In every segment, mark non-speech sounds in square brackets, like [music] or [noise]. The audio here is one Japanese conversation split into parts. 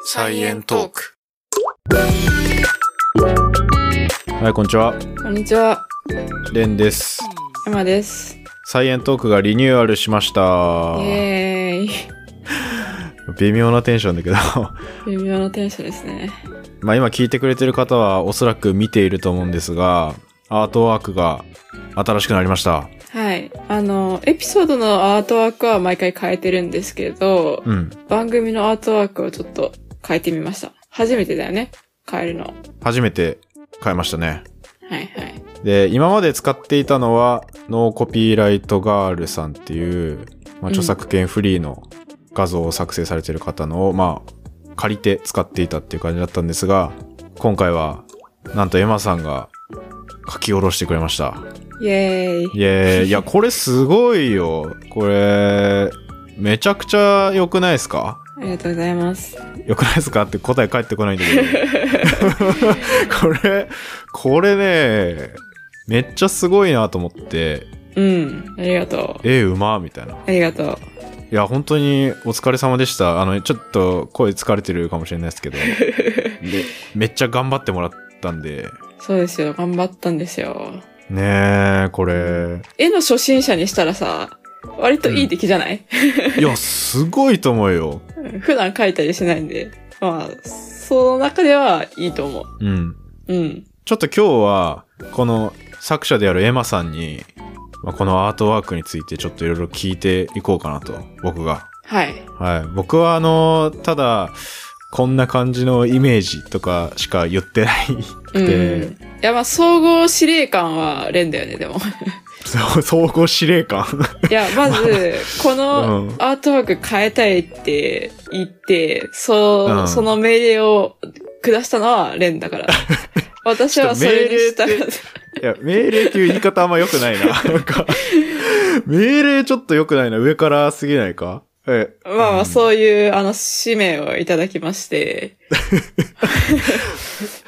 サイエントーク。はい、こんにちは。こんにちは、レンです。エマです。サイエントークがリニューアルしましたイ。エーイ。微妙なテンションだけど。 [laughs] 微妙なテンションですね。まあ今聞いてくれてる方はおそらく見ていると思うんですが、アートワークが新しくなりました。はい。あの、エピソードのアートワークは毎回変えてるんですけど、うん。番組のアートワークをちょっと変えてみました。初めてだよね。変えるの。は初めて変えましたね。いはい。で、今まで使っていたのは、ノーコピーライトガールさんっていう、まあ、著作権フリーの画像を作成されてる方のを、まあ、借りて使っていたっていう感じだったんですが、今回は、なんとエマさんが書き下ろしてくれました。イエーイ。いやいや、これすごいよ。これ、めちゃくちゃ良くないですかありがとうございます。良くないですかって答え返ってこないんだけど。これ、これね、めっちゃすごいなと思って、うん。ありがとう。えーうまーみたいな。いありがとう。や、本当にお疲れ様でした。あの、ちょっと声疲れてるかもしれないですけど。で、めっちゃ頑張ってもらったんで。そうですよ。頑張ったんですよ。ねえ、これ。絵の初心者にしたらさ、割といい出来じゃない、いや、すごいと思うよ。 [laughs] 普段書いたりしないんで、まあ、その中ではいいと思う。うん。うん。ちょっと今日は、この作者であるエマさんに、まあ、このアートワークについてちょっといろいろ聞いていこうかなと、僕が。はい。はい。僕はあの、ただ、こんな感じのイメージとかしか言ってない [laughs] うんくて、うん。いや、まあ、総合司令官はレンだよね、でも。そう総合司令官。 [laughs] いや、まず、こうのんアートワーク変えたいって言って、そう、うんその命令を下したのはレン [laughs] だから。私はそれにちょっと従命っいや、命令っていう言い方あんま良くないな。 [laughs] なんか、命令ちょっと良くないな。上からすぎないかえ、まあまうあ、んそういう、あの、使命をいただき [laughs] まして。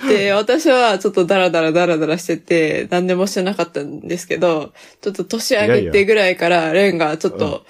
で、私はちょっとダラダラダラダラしてて、何でもしてなかったんですけど、ちょっと年明けてぐらいから、レンがちょっと、うん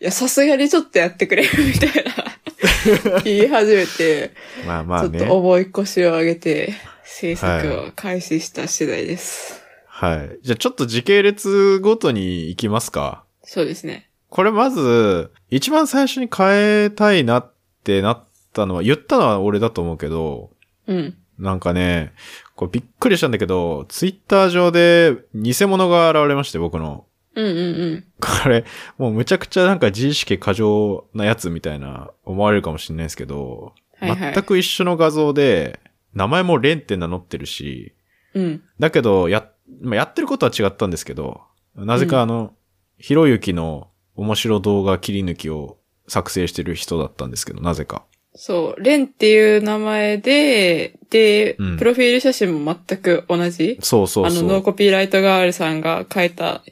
いや、さすがにちょっとやってくれ、みたい [laughs] な、言い始めて、まあまあちょっとね。重い腰を上げて、制作を開始した次第です。はい。じゃあちょっと時系列ごとに行きますか。そうですね。これまず、一番最初に変えたいなってなったのは、言ったのは俺だと思うけど、うん。なんかね、これびっくりしたんだけど、ツイッター上で偽物が現れまして、僕の。うんうんこれ、もうむちゃくちゃなんか自意識過剰なやつみたいな思われるかもしれないですけど、はいはい全く一緒の画像で、名前もレンって名乗ってるし、うん。うん。だけど、や、まあ、やってることは違ったんですけど、なぜかあの、ひろゆきの面白動画切り抜きを作成してる人だったんですけど、なぜか。そう、レンっていう名前で、で、うんプロフィール写真も全く同じ。そうそうそう。あの、ノーコピーライトガールさんが書いた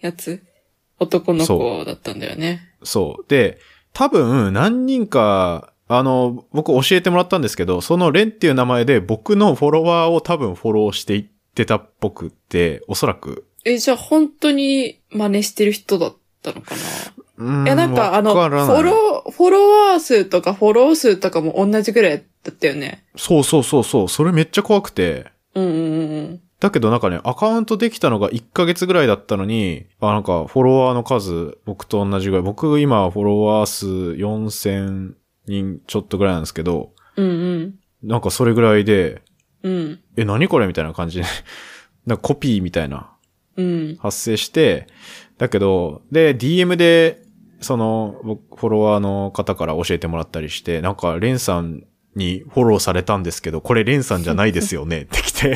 やつ。男の子だったんだよね。そう。で、多分、何人か、あの、僕教えてもらったんですけど、そのレンっていう名前で僕のフォロワーを多分フォローしていってたっぽくて、おそらく。え、じゃあ本当に真似してる人だったのかうな、いや、なんかあの、フわらないォロー、フォロワー数とかフォロー数とかも同じぐらいだったよね。そうそうそうそう。それめっちゃ怖くて。うんうんうんうん。だけどなんかね、アカウントできたのが1ヶ月ぐらいだったのに、あ、なんかフォロワーの数、僕と同じぐらい。僕今フォロワー数4000人ちょっとぐらいなんですけど、うんうん。なんかそれぐらいで、うん。え、何これみたいな感じで。 [laughs] なんかコピーみたいなうん。発生して、だけど、で、DM で、その、僕、フォロワーの方から教えてもらったりして、なんか、レンさんにフォローされたんですけど、これレンさんじゃないですよ [laughs] ねって来て、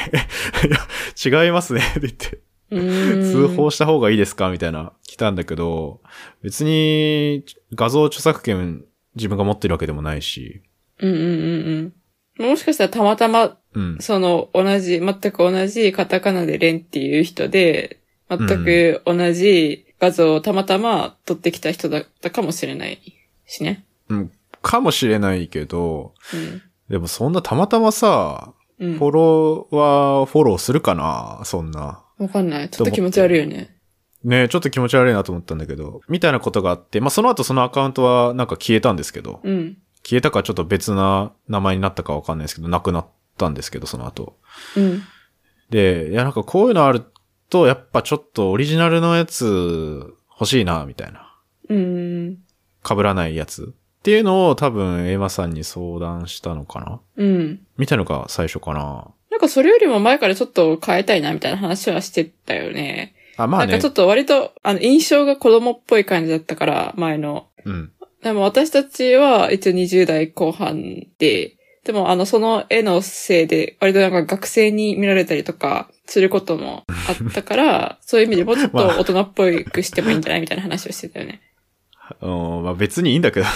いや、違いますねって言って、うー [laughs] ん通報した方がいいですかみたいな、来たんだけど、別に、画像著作権自分が持ってるわけでもないし、うんうんうんうん。もしかしたらたまたまうん。その同じ、全く同じカタカナでレンっていう人で、全く同じ画像をたまたま撮ってきた人だったかもしれないしね。うん、かもしれないけど、でもそんなたまたまさ、うん。うんフォ。ロワーをフォローするかなそんな。わかんない。ちょっと気持ち悪いよね。ねえちょっと気持ち悪いなと思ったんだけど、みたいなことがあって、まあ、その後そのアカウントはなんか消えたんですけど、うん。消えたかちょっと別な名前になったかわかんないですけど、なくなったんですけど、その後。うん。で、いや、なんかこういうのあると、やっぱちょっとオリジナルのやつ欲しいな、みたいな。うん。被らないやつ。っていうのを多分、エマさんに相談したのかなうん。みたいのが最初かな。なんかそれよりも前からちょっと変えたいなみたいな話はしてたよね。あ、まあなんねかちょ。っと割と、あの、印象が子供っぽい感じだったから、前の。うん。でも私たちは一応20代後半で、でもあの、その絵のせいで、割となんか学生に見られたりとかすることもあっ [laughs] たから、そういう意味でもちょっと大人っぽくしてもいいんじゃないみたいな話をしてたよね。うん、まあ別にいいんだけどね。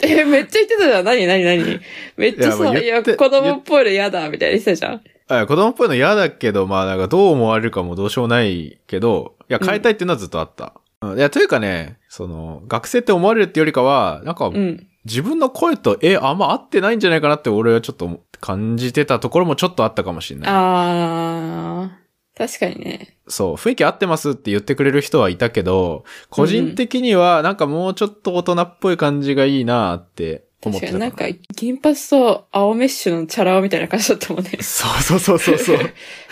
え、めっちゃ言ってたじゃん。何何何めっちゃいやさ、まあい言っや、て子供っぽいの嫌だ、みたいにしてたじゃん。あ子供っぽいの嫌だけど、まあなんかどう思われるかもどうしようもないけど、いや、変えたいっていうのはずっとあった。うんいや、というかね、その、学生って思われるってよりかは、なんかうん。自分の声と絵あんま合ってないんじゃないかなって俺はちょっと感じてたところもちょっとあったかもしれない。あー、確かにね。そう、雰囲気合ってますって言ってくれる人はいたけど、個人的にはなんかもうちょっと大人っぽい感じがいいなって思って確かにたなんか、銀髪と青メッシュのチャラ男みたいな感じだったもんね。そうそうそうそうそう。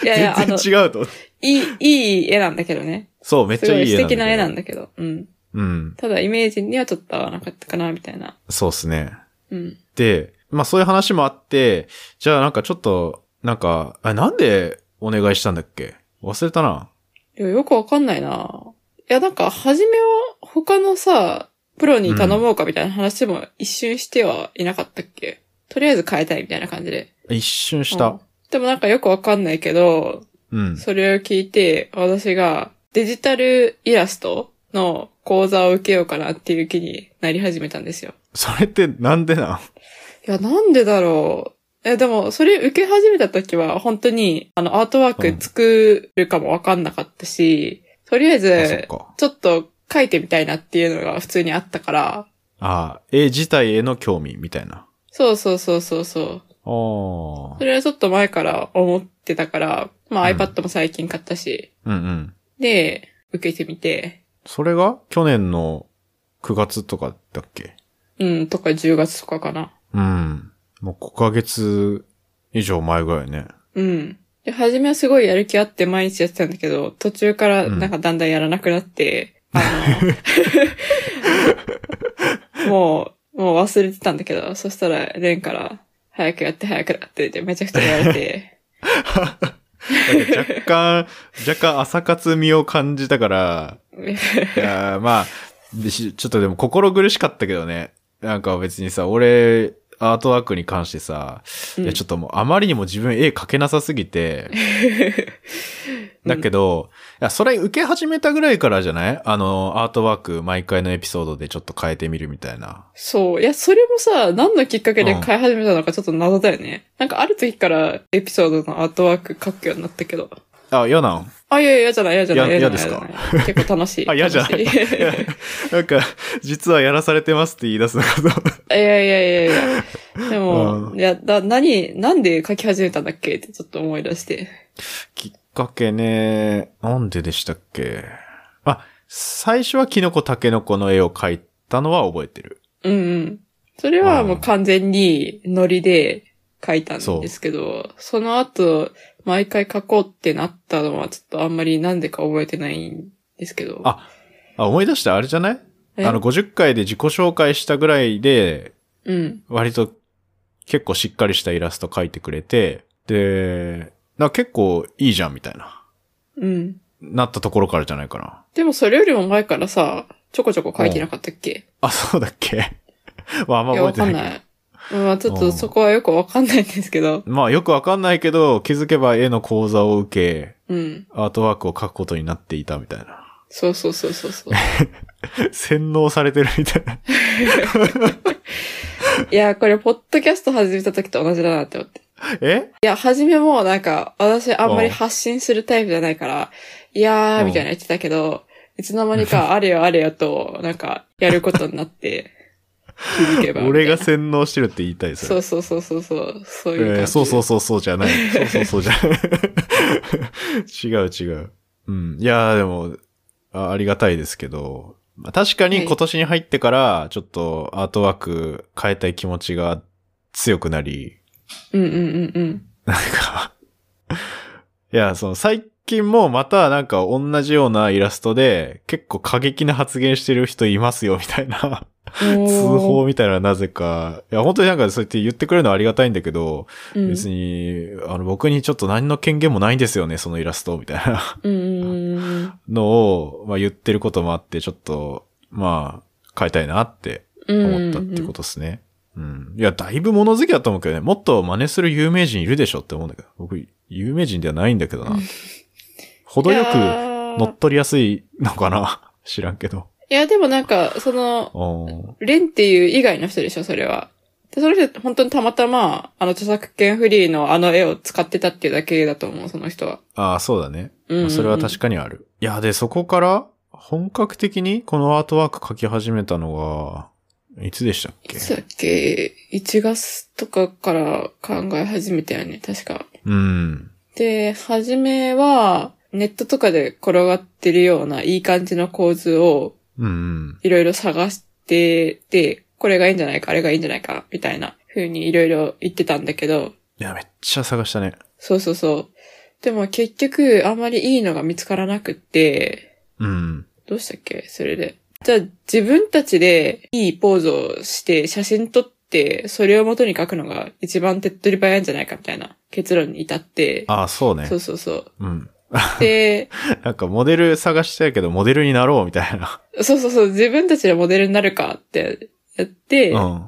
いやいや、あの全、然違うと。いい、いい絵なんだけどね。そう、めっすちごゃいいい素絵なんだけど。敵な絵なんだけど。うん。うん。ただ、イメージにはちょっと合わなかったかな、みたいな。そうっすね。うん。で、まあそういう話もあって、じゃあなんかちょっと、なんか、あなんでお願いしたんだっけ忘れたな。いや、よくわかんないな。いや、なんか、初めは他のさ、プロに頼もうかみたいな話も一瞬してはいなかったっけ、とりあえず変えたいみたいな感じで。一瞬しうんた。でもなんかよくわかんないけど、うん。それを聞いて、私がデジタルイラストの講座を受けようかなっていう気になり始めたんですよ。それってなんでなん [laughs] いや、なんでだろう。え、でも、それ受け始めた時は、本当に、あの、アートワーク作るかもわかんなかったし、とりあえあそっず、か。ちょっと書いてみたいなっていうのが普通にあったから、ああ、絵自体への興味みたいな。そうそうそうそうそう。ああそ。れはちょっと前から思ってたから、まあうん iPad も最近買ったし、うんうん。で、受けてみて、それが去年の9月とかだっけうん、とか10月とかかな。うん。もう5ヶ月以上前ぐらいね。うん。で、初めはすごいやる気あって毎日やってたんだけど、途中からなんかだんだんやらなく [laughs] なって、あの、 [laughs] もう、もう忘れてたんだけど、そしたら、レンから、早くやって早くやってってめちゃくちゃ言われ [laughs] て、なんか若干、若干朝活味を感じたから、いやーまあでし、ちょっとでも心苦しかったけどね。なんか別にさ、俺、アートワークに関してさ、うんいやちょっともうあまりにも自分絵描けなさすぎて、だけど、いや、それ受け始めたぐらいからじゃないあの、アートワーク毎回のエピソードでちょっと変えてみるみたいな。そう。いや、それもさ、何のきっかけで飼い始めたのかちょっと謎だよね。なんかある時からエピソードのアートワーク書くようになったけど。あ、嫌なんあ、いやいや、嫌じゃない、嫌じゃない、いや嫌じゃない。嫌で嫌じゃない結構楽しい。 [laughs] あ嫌じゃない楽しいい [laughs] なんか、実はやらされてますって言い出すのかと。やいやいやい [laughs] や。でも、ういや、だ、何、なんで書き始めたんだっけってちょっと思い出して。きっかけね、なんででしたっけあ、最初はキノコタケノコの絵を描いたのは覚えてる。うんうん。それはもう完全にノリで書いたんそうですけど、その後、毎回書こうってなったのはちょっとあんまりなんでか覚えてないんですけど。ああ、思い出したあれじゃないえあの、50回で自己紹介したぐらいで、うん。割と結構しっかりしたイラスト描いてくれて、で、なんか結構いいじゃんみたいな、うん。なったところからじゃないかな。でもそれよりも前からさ、ちょこちょこ書いてなかったっけ、あ、そうだっけ [laughs] まあ、あんまいや、覚えてわかないんけどない。まあちょっとそこはよくわかんないんですけど。まあ、よくわかんないけど、気づけば絵の講座を受け、うん。アートワークを描くことになっていたみたいな。そうそうそうそうそう。洗脳されてるみたいな。 [laughs] いや、これ、ポッドキャスト始めた時と同じだなって思って。えいや、初めもなんか、私あんまりうん発信するタイプじゃないから、いやうー、んみたいな言ってたけど、いつの間 [laughs] にかあれよあれよと、なんか、やることになって、気づけば。俺がみたい洗脳してるって言いたいでなすそよ。うそうそうそうそう、そういう感じ、えーそうそうそうそうじゃない。 [laughs] そうそうそうじゃない。違う違う。うん。いやーでもあ、ありがたいですけど、まあ確かはにい今年に入ってから、ちょっとアートワーク変えたい気持ちが強くなり、 [laughs] うんうんうんうん。なんか、いや、その最近もまたなんか同じようなイラストで結構過激な発言してる人いますよみたいなおー通報みたいなのはなぜか、いや、本当になんかそうやって言ってくれるのはありがたいんだけど、うん別に、あの僕にちょっと何の権限もないんですよね、そのイラストみたいな。うんうんうんうん。のを、 [laughs] まあ、言ってることもあって、ちょっと、まあ、変えたいなって思ったってことですね。うんいや、だいぶ物好きだと思うけどね、もっと真似する有名人いるでしょって思うんだけど、僕、有名人ではないんだけどな。程よいくやー乗っ取りやすいのかな [laughs] 知らんけど。いや、でもなんか、その、おーレンっていう以外の人でしょ、それは。で、その人、本当にたまたま、あの、著作権フリーのあの絵を使ってたっていうだけだと思う、その人は。ああ、そうだね。うんうまんうあんそれは確かにある。いや、で、そこから、本格的にこのアートワーク書き始めたのが、いつでしたっいけつだっけ ?1 月とかから考え始めたよね、確か。うん。で、初めは、ネットとかで転がってるようないい感じの構図をうんうん。いろいろ探して、で、これがいいんじゃないか、あれがいいんじゃないか、みたいな風にいろいろ言ってたんだけど、いや、めっちゃ探したね。そうそうそう。でも結局、あんまりいいのが見つからなくって、うん。どうしたっけそれで。じゃあ、自分たちでいいポーズをして、写真撮って、それを元に書くのが一番手っ取り早いんじゃないか、みたいな結論に至って、ああ、そうね。そうそうそう。うん。で、なんかモデル探したいけど、モデルになろうみたいな。そうそうそう、自分たちでモデルになるかってやって、うん。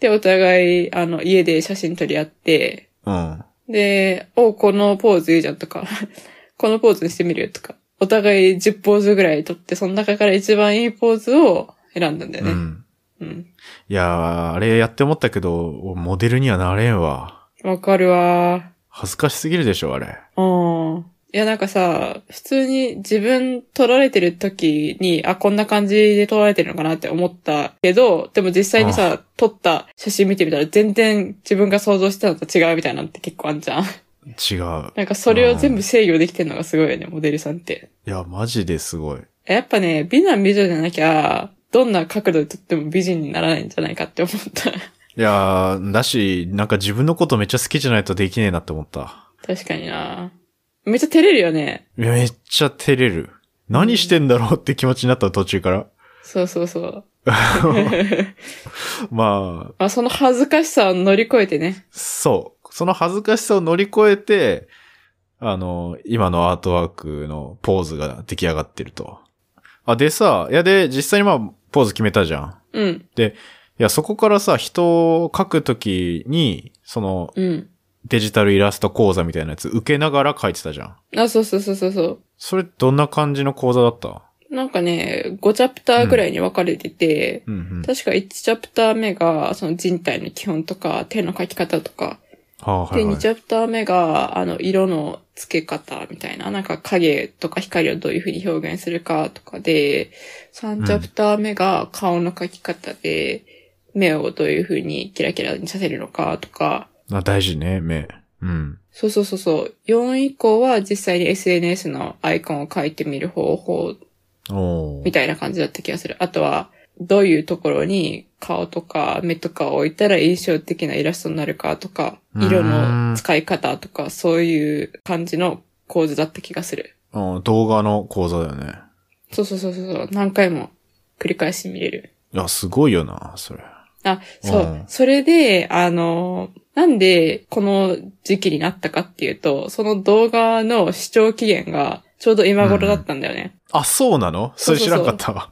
で、お互い、あの、家で写真撮り合って、うん。で、お、このポーズいいじゃんとか、 [laughs] このポーズにしてみるよとか、お互い10ポーズぐらい撮って、その中から一番いいポーズを選んだんだようね。ん。うん。いやー、あれやって思ったけど、モデルにはなれんわ。わ、かるわ恥ずかしすぎるでしょ、あれ。ー。うん。いや、なんかさ、普通に自分撮られてる時に、あ、こんな感じで撮られてるのかなって思ったけど、でも実際にさ、撮った写真見てみたら全然自分が想像してたのと違うみたいなのって結構あんじ [laughs] ゃん。違う。なんかそれを全部制御できてるのがすごいよね、モデルさんって。いや、マジですごい。やっぱね、美男美女じゃなきゃ、どんな角度で撮っても美人にならないんじゃないかって思 [laughs] った。いやー、だし、なんか自分のことめっちゃ好きじゃないとできねえなって思った。確かになめっちゃ照れるよね。いやめっちゃ照れる。何してんだろうって気持ちになった途中から。そうそうそう。まあ、まあその恥ずかしさを乗り越えてね。そう。その恥ずかしさを乗り越えて、あの、今のアートワークのポーズが出来上がってると。あ、でさ、いやで、実際にまあ、ポーズ決めたじゃん。うん、いや、そこからさ、人を描くときに、その、うん。デジタルイラスト講座みたいなやつ受けながら描いてたじゃん。あ、そうそうそうそうそそれ、どんな感じの講座だったう。なんかね、5チャプターぐらいに分かれてて、うんうん。は確か1チャプター目が、その人体の基本とか、手の描き方とか、あ、はい、で、は2い。チャプター目が、あの、色の付け方みたいな、なんか影とか光をどういう風に表現するかとかで、3チャプター目が顔の描き方で、目をどういう風にキラキラにさせるのかとか、あ大事ね、目。うん。そうそうそうそう、4以降は実際に SNS のアイコンを描いてみる方法おみー。たいな感じだった気がする。あとは、どういうところに顔とか目とかを置いたら印象的なイラストになるかとか、うーん色の使い方とか、そういう感じの構図だった気がすうる。ん動画の講座だよね。そうそうそうそう、何回も繰り返し見れる。いや、すごいよな、それ。。あ、そううんそれで、あの、なんでこの時期になったかっていうと、その動画の視聴期限がちょうど今頃だったんだよね。あ、そうなのそれ知らんかったわ。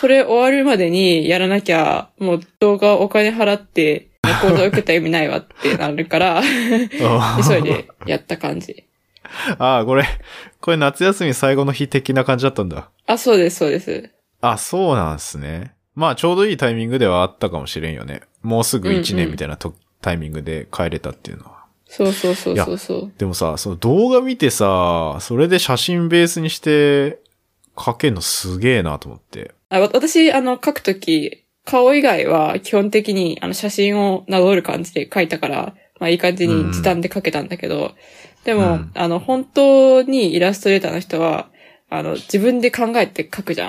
それ終わるまでにやらなきゃ、もう動画お金払って、講座受けた意味ないわってな [laughs] るから、 [laughs] 急いでやった感じ。ああ、これ、これ夏休み最後の日的な感じだったんだ。あ、そうです、そうです。あ、そうなんすね。まあ、ちょうどいいタイミングではあったかもしれんよね。もうすぐ1うんう年んみたいなと、タイミングで帰れたっていうのは。そうそうそうそうそう。でもさ、その動画見てさ、それで写真ベースにして、書けるのすげえなと思って。あわ私、あの、書くとき、顔以外は基本的にあの写真をなぞる感じで書いたから、まあいい感じうんうんに時短で書けたんだけど、でも、うんあの、本当にイラストレーターの人は、あの、自分で考えて書くじゃ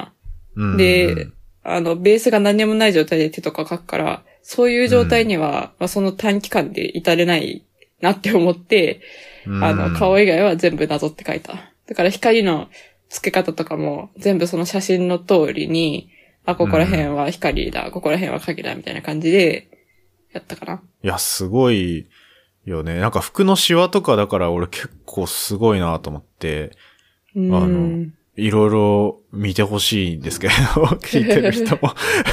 ん。うんで、あの、ベースが何もない状態で手とか書くから、そういう状態には、まあ、その短期間で至れないなって思って、うんあの、顔以外は全部なぞって書いた。だから光の付け方とかも全部その写真の通りに、あ、ここら辺は光だ、ここら辺は影だ、みたいな感じで、やったかな。いや、すごいよね。なんか服のシワとかだから俺結構すごいなと思って、うあんの。いろいろ見てほしいんですけど、 [laughs] 聞いてる人も。 [laughs]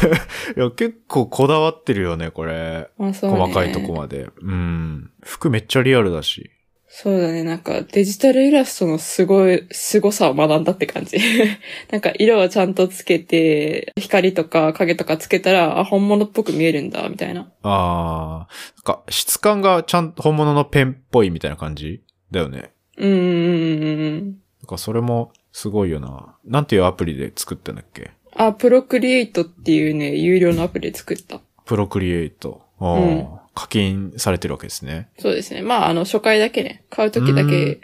いや、結構こだわってるよね、これ。まあそうね細かいとこまで。うん。服めっちゃリアルだし。そうだね。なんかデジタルイラストのすごい、凄さを学んだって感じ。 [laughs] なんか色をちゃんとつけて、光とか影とかつけたら、あ、本物っぽく見えるんだ、みたいな。あー。なんか質感がちゃんと本物のペンっぽいみたいな感じだよね。うんうんうんうん。なんかそれもすごいよな。なんていうアプリで作ったんだっけあ、プロクリエイトっていうね、有料のアプリで作った。プロクリエイト。あーうん課金されてるわけですね。そうですね。まあ、あの、初回だけね、買うときだうけ、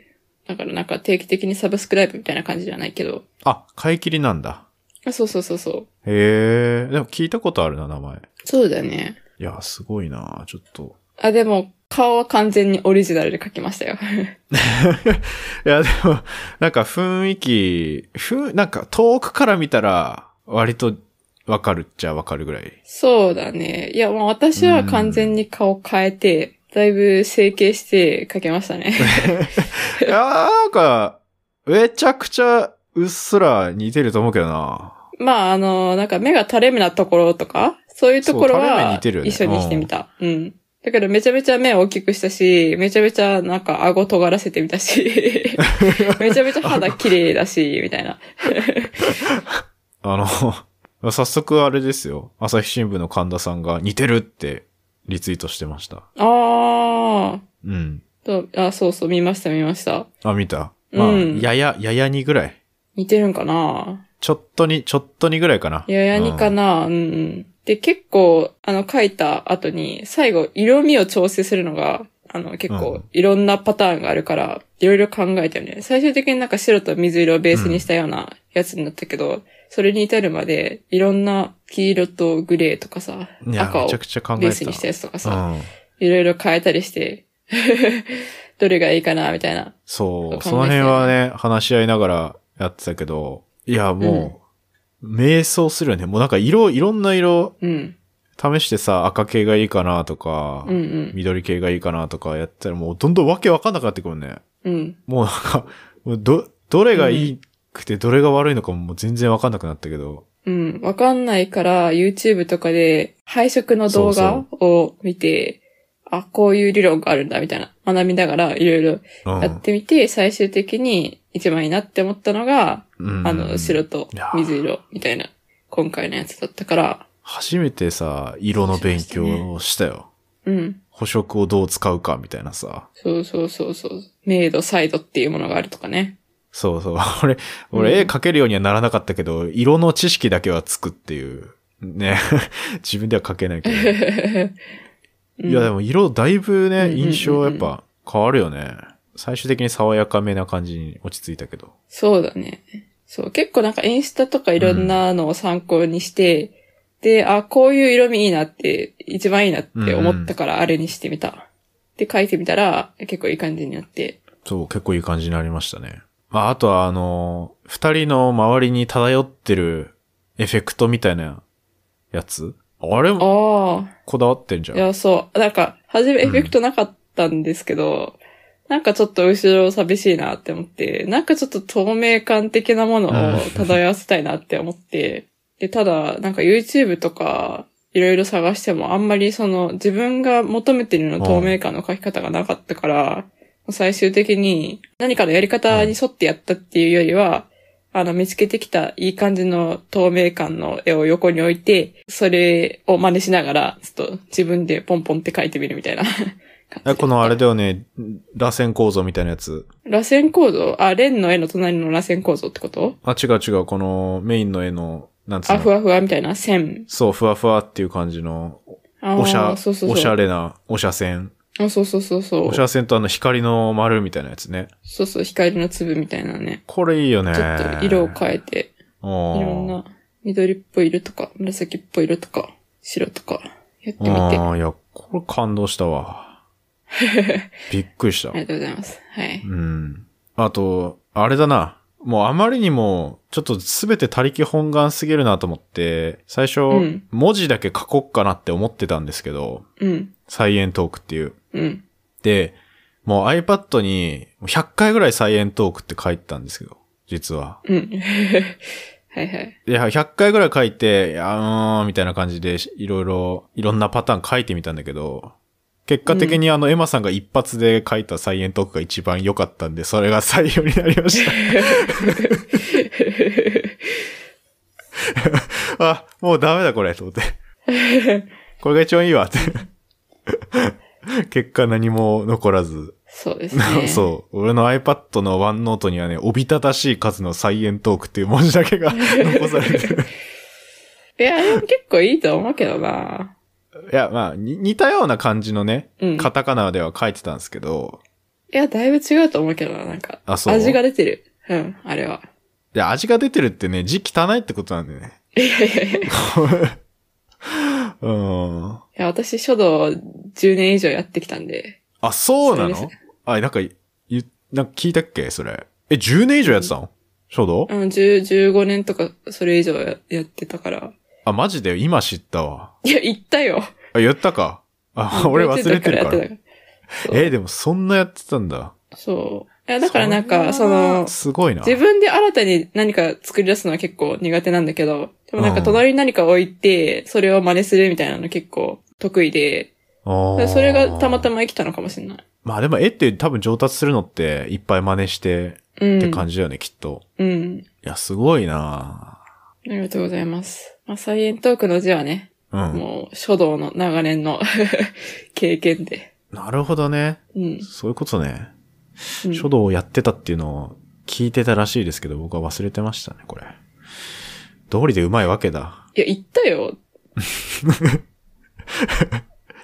だからなんか定期的にサブスクライブみたいな感じじゃないけど。あ、買い切りなんだ。あそうそうそうそう。へえ、でも聞いたことあるな、名前。そうだね。いや、すごいなちょっと。あ、でも、顔は完全にオリジナルで描きましたよ。いや、でも、なんか雰囲気、ふん、なんか遠くから見たら、割とわかるっちゃわかるぐらい。そうだね。いや、もう私は完全に顔変えて、だいぶ整形して描けま [laughs] したね。いやー、なんか、めちゃくちゃうっすら似てると思うけどなまあ、あの、なんか目が垂れ目なところとか、そういうところそう垂れ目は似てるよね一緒にしてみた。うん。だけどめちゃめちゃ目を大きくしたし、めちゃめちゃなんか顎尖らせてみ [laughs] たし、めちゃめちゃ肌綺麗だし、みたいな。あの、早速あれですよ。朝日新聞の神田さんが似てるってリツイートしてました。あーうん。とあ。そうそう、見ました見ました。あ、見たまあ、うんやや、ややにぐらい。似てるんかなちょっとに、ちょっとにぐらいかな。ややにかうんな、うん、うん。で、結構、あの、書いた後に、最後、色味を調整するのが、あの、結う構ん、いろんなパターンがあるから、いろいろ考えたよね。最終的になんか白と水色をベースにしたようなやつになったけど、それに至るまで、いろんな黄色とグレーとかさ、いや、赤めをちゃくちゃ考えた。ベースにしたやつとかさ、うん。いろいろ変えたりして、 [laughs] どれがいいかな、みたいな。そう。そうその辺はね、話し合いながらやってたけど、いや、もう、迷走するよね。もうなんか色、いろんな色うん。試してさ、赤系がいいかなとか、うんうん。緑系がいいかなとかやったらもうどんどんわけわかんなくなってくるね。うん。もうなんか、 [laughs] もうど、どれがいいくてどれが悪いのかももう全然わかんなくなったけど、うん。わかんないから、YouTube とかで配色の動画を見て、あ、こういう理論があるんだ、みたいな。学びながら、いろいろうんやってみて、最終的に一番いいなって思ったのが、うんあの、白といや水色、みたいな、今回のやつだったから、初めてさ、色の勉強をしたよ。うん。補色をどう使うかみたいなさ。そうそうそうそう。明度、サイドっていうものがあるとかね。そう [laughs] そう。俺、俺絵描けるようにはならなかったけど、色の知識だけはつくっていう。ね。 [laughs] 自分では描けないけど。うんいや、でも色だいぶうんうんうんね、うん印象やっぱ変わるよね。最終的に爽やかめな感じに落ち着いたけど。そうだね。そう、結構なんかインスタとかいろんなのを参考にして、で、あ、こういう色味いいなって、一番いいなって思ったからあれにしてみた。で、書いてみたら、結構いい感じになって。そう、結構いい感じになりましたね。まあ、あとはあの、二人の周りに漂ってるエフェクトみたいなやつあれもあこだわってんじあ、ゃいん。や、そう。なんか、初めエフェクトなかったんですけど、なんかちょっと後ろ寂しいなって思って、なんかちょっと透明感的なものを漂わせたいなって思って、で、ただ、なんか YouTube とか、いろいろ探しても、あんまりその、自分が求めてるの透明感の書き方がなかったから、最終的に何かのやり方に沿ってやったっていうよりは、あの、見つけてきたいい感じの透明感の絵を横に置いて、それを真似しながら、ちょっと自分でポンポンって書いてみるみたいな [laughs] 感じでえこのあれだよね、螺旋構造みたいなやつ。螺旋構造あ、レンの絵の隣の螺旋構造ってことあ、違う違う、このメインの絵の、なんつうあ、のふわふわみたいな線。そう、ふわふわっていう感じの、あーおしゃ、そうそうそう。おしゃれな、おしゃせん。あそうそうそうそう。おしゃせんとあの光の丸みたいなやつね。そうそう、光の粒みたいなね。これいいよね。ちょっと色を変えて、いおーろんな緑っぽい色とか、紫っぽい色とか、白とか、やってみて。あああ、いや、これ感動したわ。 [laughs] びっくりしたり。がとうございます。はい。うん。あと、あれだな。もうあまりにも、ちょっとすべて他力本願すぎるなと思って、最初、うん文字だけ書こっかなって思ってたんですけど、うん。サイエントークっていう。うん。で、もう iPad に100回ぐらいサイエントークって書いてたんですけど、実は。うん。 [laughs] はいはい。いや、100回ぐらい書いて、いやうーんみたいな感じで、いろいろ、いろんなパターン書いてみたんだけど、結果的にあの、エマさんが一発で書いたサイエントークが一番良かったんで、それが採用になりました。あ、もうダメだこれ、と思って。これが一番いいわ、って。結果何も残らず。 [laughs] そうです [laughs] ね。そう。俺の iPad のワンノートにはね、おびただしい数のサイエントークっていう文字だけが [laughs] 残されてる。いや、でも結構いいと思うけどな。いや、まあ、に似たような感じのねうん、カタカナでは書いてたんですけど、いや、だいぶ違うと思うけどな、なんか。あそう味が出てる。うん、あれは。で味が出てるってね、字汚いってことなんだよね。いやいやいや。いうん。や、私、書道10年以上やってきたんで。あ、そうなそうのであ、なんか、ゆなんか聞いたっけそれ。え、10年以上やってたの書道うん、10、15年とか、それ以上ややってたから。あ、マジで今知ったわ。いや、行ったよ。あ、言ったか。あ、俺忘れてるかやらっ。てたからえ、でもそんなやってたんだ。そう。いや、だからなんか、それはの、すごいな。自分で新たに何か作り出すのは結構苦手なんだけど、でもなんうかん隣に何か置いて、それを真似するみたいなの結構得意で、だからそれがたまたま。ま生きたのかもしれない。まあでも絵って多分上達するのっていっぱい真似してうん。って感じだよね、きっと。うん。いや、すごいなありがとうございます。まあ、サイエントークの字はね、うん。もう書道の長年の [laughs] 経験で。なるほどね。うん。そういうことね。うん書道をやってたっていうのを聞いてたらしいですけど、僕は忘れてましたね、これ。道理でうまいわけだ。いや、言ったよ。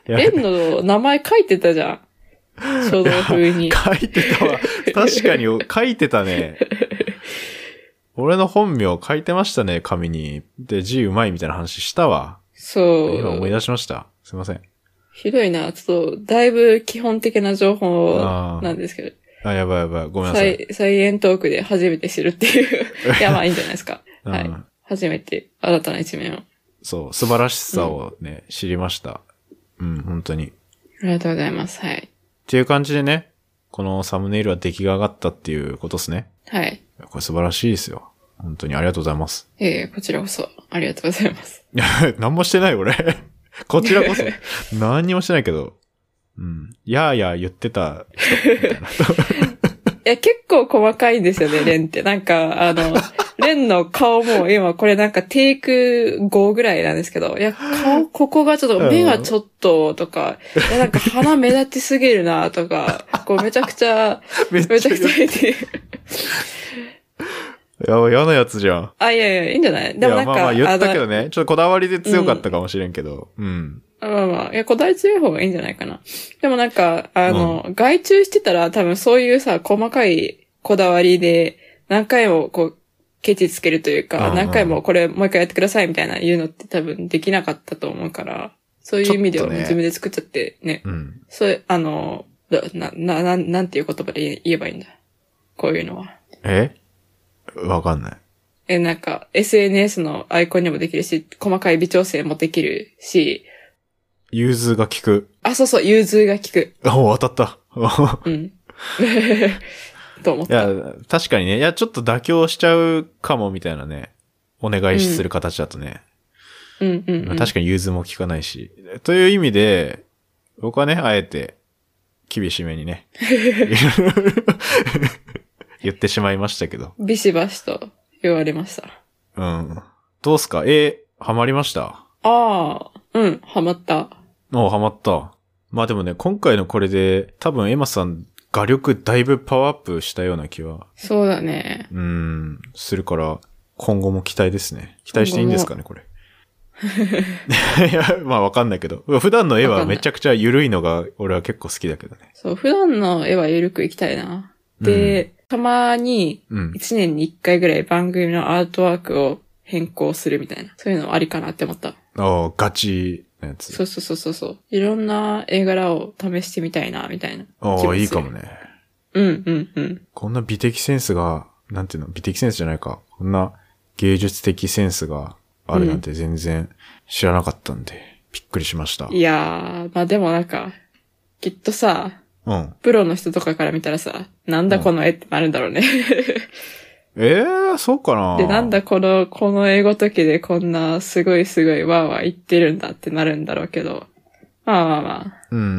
いやレンの名前書いてたじゃん。書道風に。書いてたわ。確かに書いてたね。俺の本名書いてましたね、紙に。で、字うまいみたいな話したわ。そう。今思い出しました。すいません。ひどいな。ちょっと、だいぶ基本的な情報あーなんですけあ、やばいやばい。ごめんなど、さサい。イサイエントークで初めて知るっ [laughs] ていう。いや、まあいいんじゃないですか。うんはい。初めて新たな一面を。あそう、素晴らしさをね、知りました。うん、本当に。っりがとうございます。はい。ていう感じでね、このサムネイルは出来が上がったっていうことですね。はい。これ素晴らしいですよ。本当にありがとうございます。 [laughs] えー、こちらこそ、ありがとうございます。いや、何もしてない俺。 [laughs] こちらこそ。何にもしてないけど。うん。やーやー言ってた人みたいな。いや、結構細かいんですよ [laughs] ね、レンって。なんか、あの、 [laughs] レンの顔も、今これなんかテイク5ぐらいなんですけど、い [laughs] や、顔、ここがちょっうんと、目がちょっと、とか、いや、なんか鼻目立ちすぎるな、とか、こう、めちゃくちゃ、 [laughs] めっめちちゃゃくちゃ [laughs] 言って。やばい嫌なやつじゃん。あ、いやいや、いいんじゃないでもなんいや、まあまか、あ言ったけどのね。ちょっとこだわりで強かったかもしれんけど。うん。まあまあ、いや、こだわり強い方がいいんじゃないかな。でもなんか、あの、外注してたら多分そういうさ、細かいこだわりで、何回もこう、ケチつけるといううんか、うん何回もこれもう一回やってくださいみたいな言うのって多分できなかったと思うから、そういう意味でちょっはとね自分で作っちゃってね、うん。そういう、あの、な、な、ななんていう言葉で言え言えばいいんだ。こういうのは。えわかんない。え、なんか、SNS のアイコンにもできるし、細かい微調整もできるし、融通が効く。あ、そうそう、融通が効く。お当たった。うん。 [laughs] と思っいた。や、確かにね。いや、ちょっと妥協しちゃうかも、みたいなね。お願いする形だとね。うんうん、うん。確かに融通も効かないし。という意味で、僕はね、あえて、厳しめに [laughs] ね。言ってしまいましたけど。ビシバシと言われました。うん。どうすかえー、ハマりましたああ、うん、ハマった。おハマった。まあでもね、今回のこれで、多分エマさん、画力だいぶパワーアップしたような気は、そうだね。うん、するから、今後も期待ですね。期待していいんですかね、これ。 [laughs] いや、まあわかんないけど。普段の絵わはかんなめいちゃくちゃ緩いのが、俺は結構好きだけどね。そう、普段の絵は緩く行きたいな。で、たまにうん。 1年に1回ぐらい番組のアートワークを変更するみたいな。そういうのもありかなって思った。ああ、ガチなやつ。そうそうそうそうそう。いろんな絵柄を試してみたいな、みたいな。気あもあ、するいいかもね。うんうんうん。こんな美的センスが、なんていうの、美的センスじゃないか。こんな芸術的センスがあるなんて全然知らなかったんで、びっくりしました。いやー、まあでもなんか、きっとさ、うん。プロの人とかから見たらさ、なんだこの絵ってなるんだろうね。 [laughs] ええー、そうかなで、なんだこの、この英語解きでこんなすごいすごいわーわー言ってるんだってなるんだろうけど、まあまあまあ、うんうんう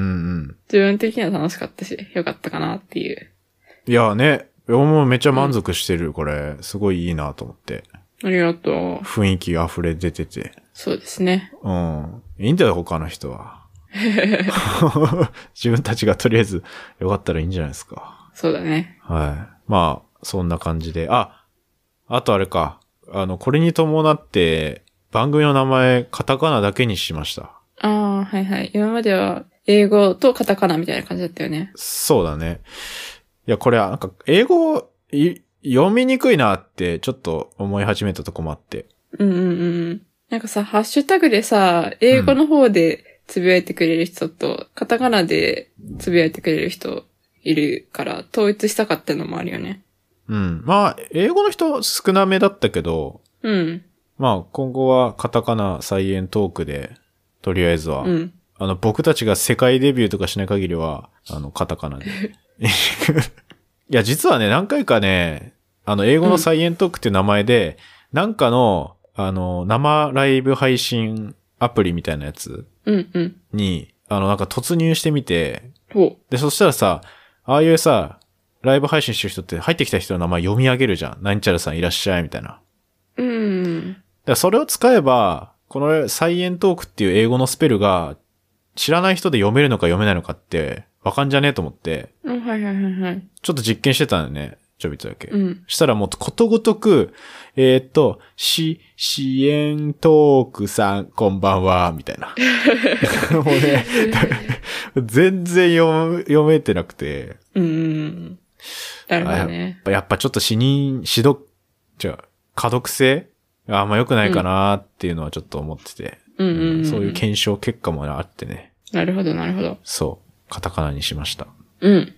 ん。自分的には楽しかったし、よかったかなっていう。いやね、俺もめっちゃ満足してる、これ。すごいいいなと思って。ありがとう。雰囲気が溢れ出てて。そうですね。うん。いいんだよ、他の人は。 [laughs] 自分たちがとりあえず、よかったらいいんじゃないですか。そうだね。はい。まあ、そんな感じで。あ、あとあれか。あの、これに伴って、番組の名前、カタカナだけにしました。ああ、はいはい。今までは、英語とカタカナみたいな感じだったよね。そうだね。いや、これは、なんか、英語、い読みにくいなって、ちょっと思い始めたとこもあって。うんうんうん。なんかさ、ハッシュタグでさ、英語の方でつぶやいてくれる人と、カタカナでつぶやいてくれる人いるから、統一したかったのもあるよね。うん。まあ、英語の人少なめだったけど、うん。まあ、今後はカタカナ再演トークで、とりあえずは、うん。あの、僕たちが世界デビューとかしない限りは、あの、カタカナで。いや、実はね、何回かね、あの、英語のサイエントークっていう名前で、なんかの、あの、生ライブ配信アプリみたいなやつうんうん。に、あの、なんか突入してみて、ほで、そしたらさ、ああいうさ、ライブ配信してる人って入ってきた人の名前読み上げるじゃん。なんちゃらさんいらっしゃい、みたいな。う。うん。だからそれを使えば、このサイエントークっていう英語のスペルが、知らない人で読めるのか読めないのかって、わかんじゃねえと思って、うん、はいはいはいはい。ちょっと実験してたんだよね、ちょびっとだけ。うん。したらもうことごとく、えーっと、し、支援トークさん、こんばんは、みたい [laughs] な。もうね、全然読む読めてなくて、うんうん。なるほどね。やっぱちょっと死人、死読、じゃあ、可読性あんま良くないかなっていうのはちょっと思ってて。うんうんうん、そういう検証結果もあってね、なるほどなるほど。そう、カタカナにしました。うん。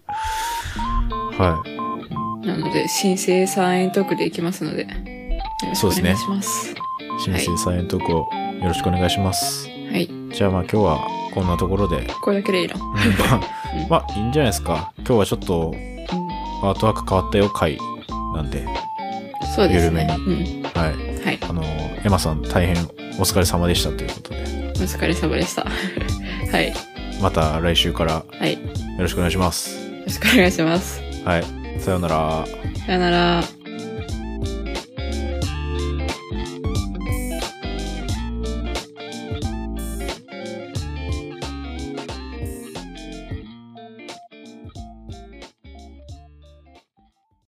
はい。なので、申請サイントークでいきますので。よろしくそうおです願ねいします。新生サイエントークをよろしくお願いします。はい。じゃあまあ今日はこんなところで、これだけでいいの。 [laughs] まあ、まあいいんじゃないですか。今日はちょっとアートワーク変わったよ回なんで、そうですね。緩うん。はい。はい。あの、エマさん大変お疲れ様でしたということで、お疲れ様でした。 [laughs] はい。また来週からよはい。よろしくお願いします。ろしくお願いします。はい。さようなら。さよなら。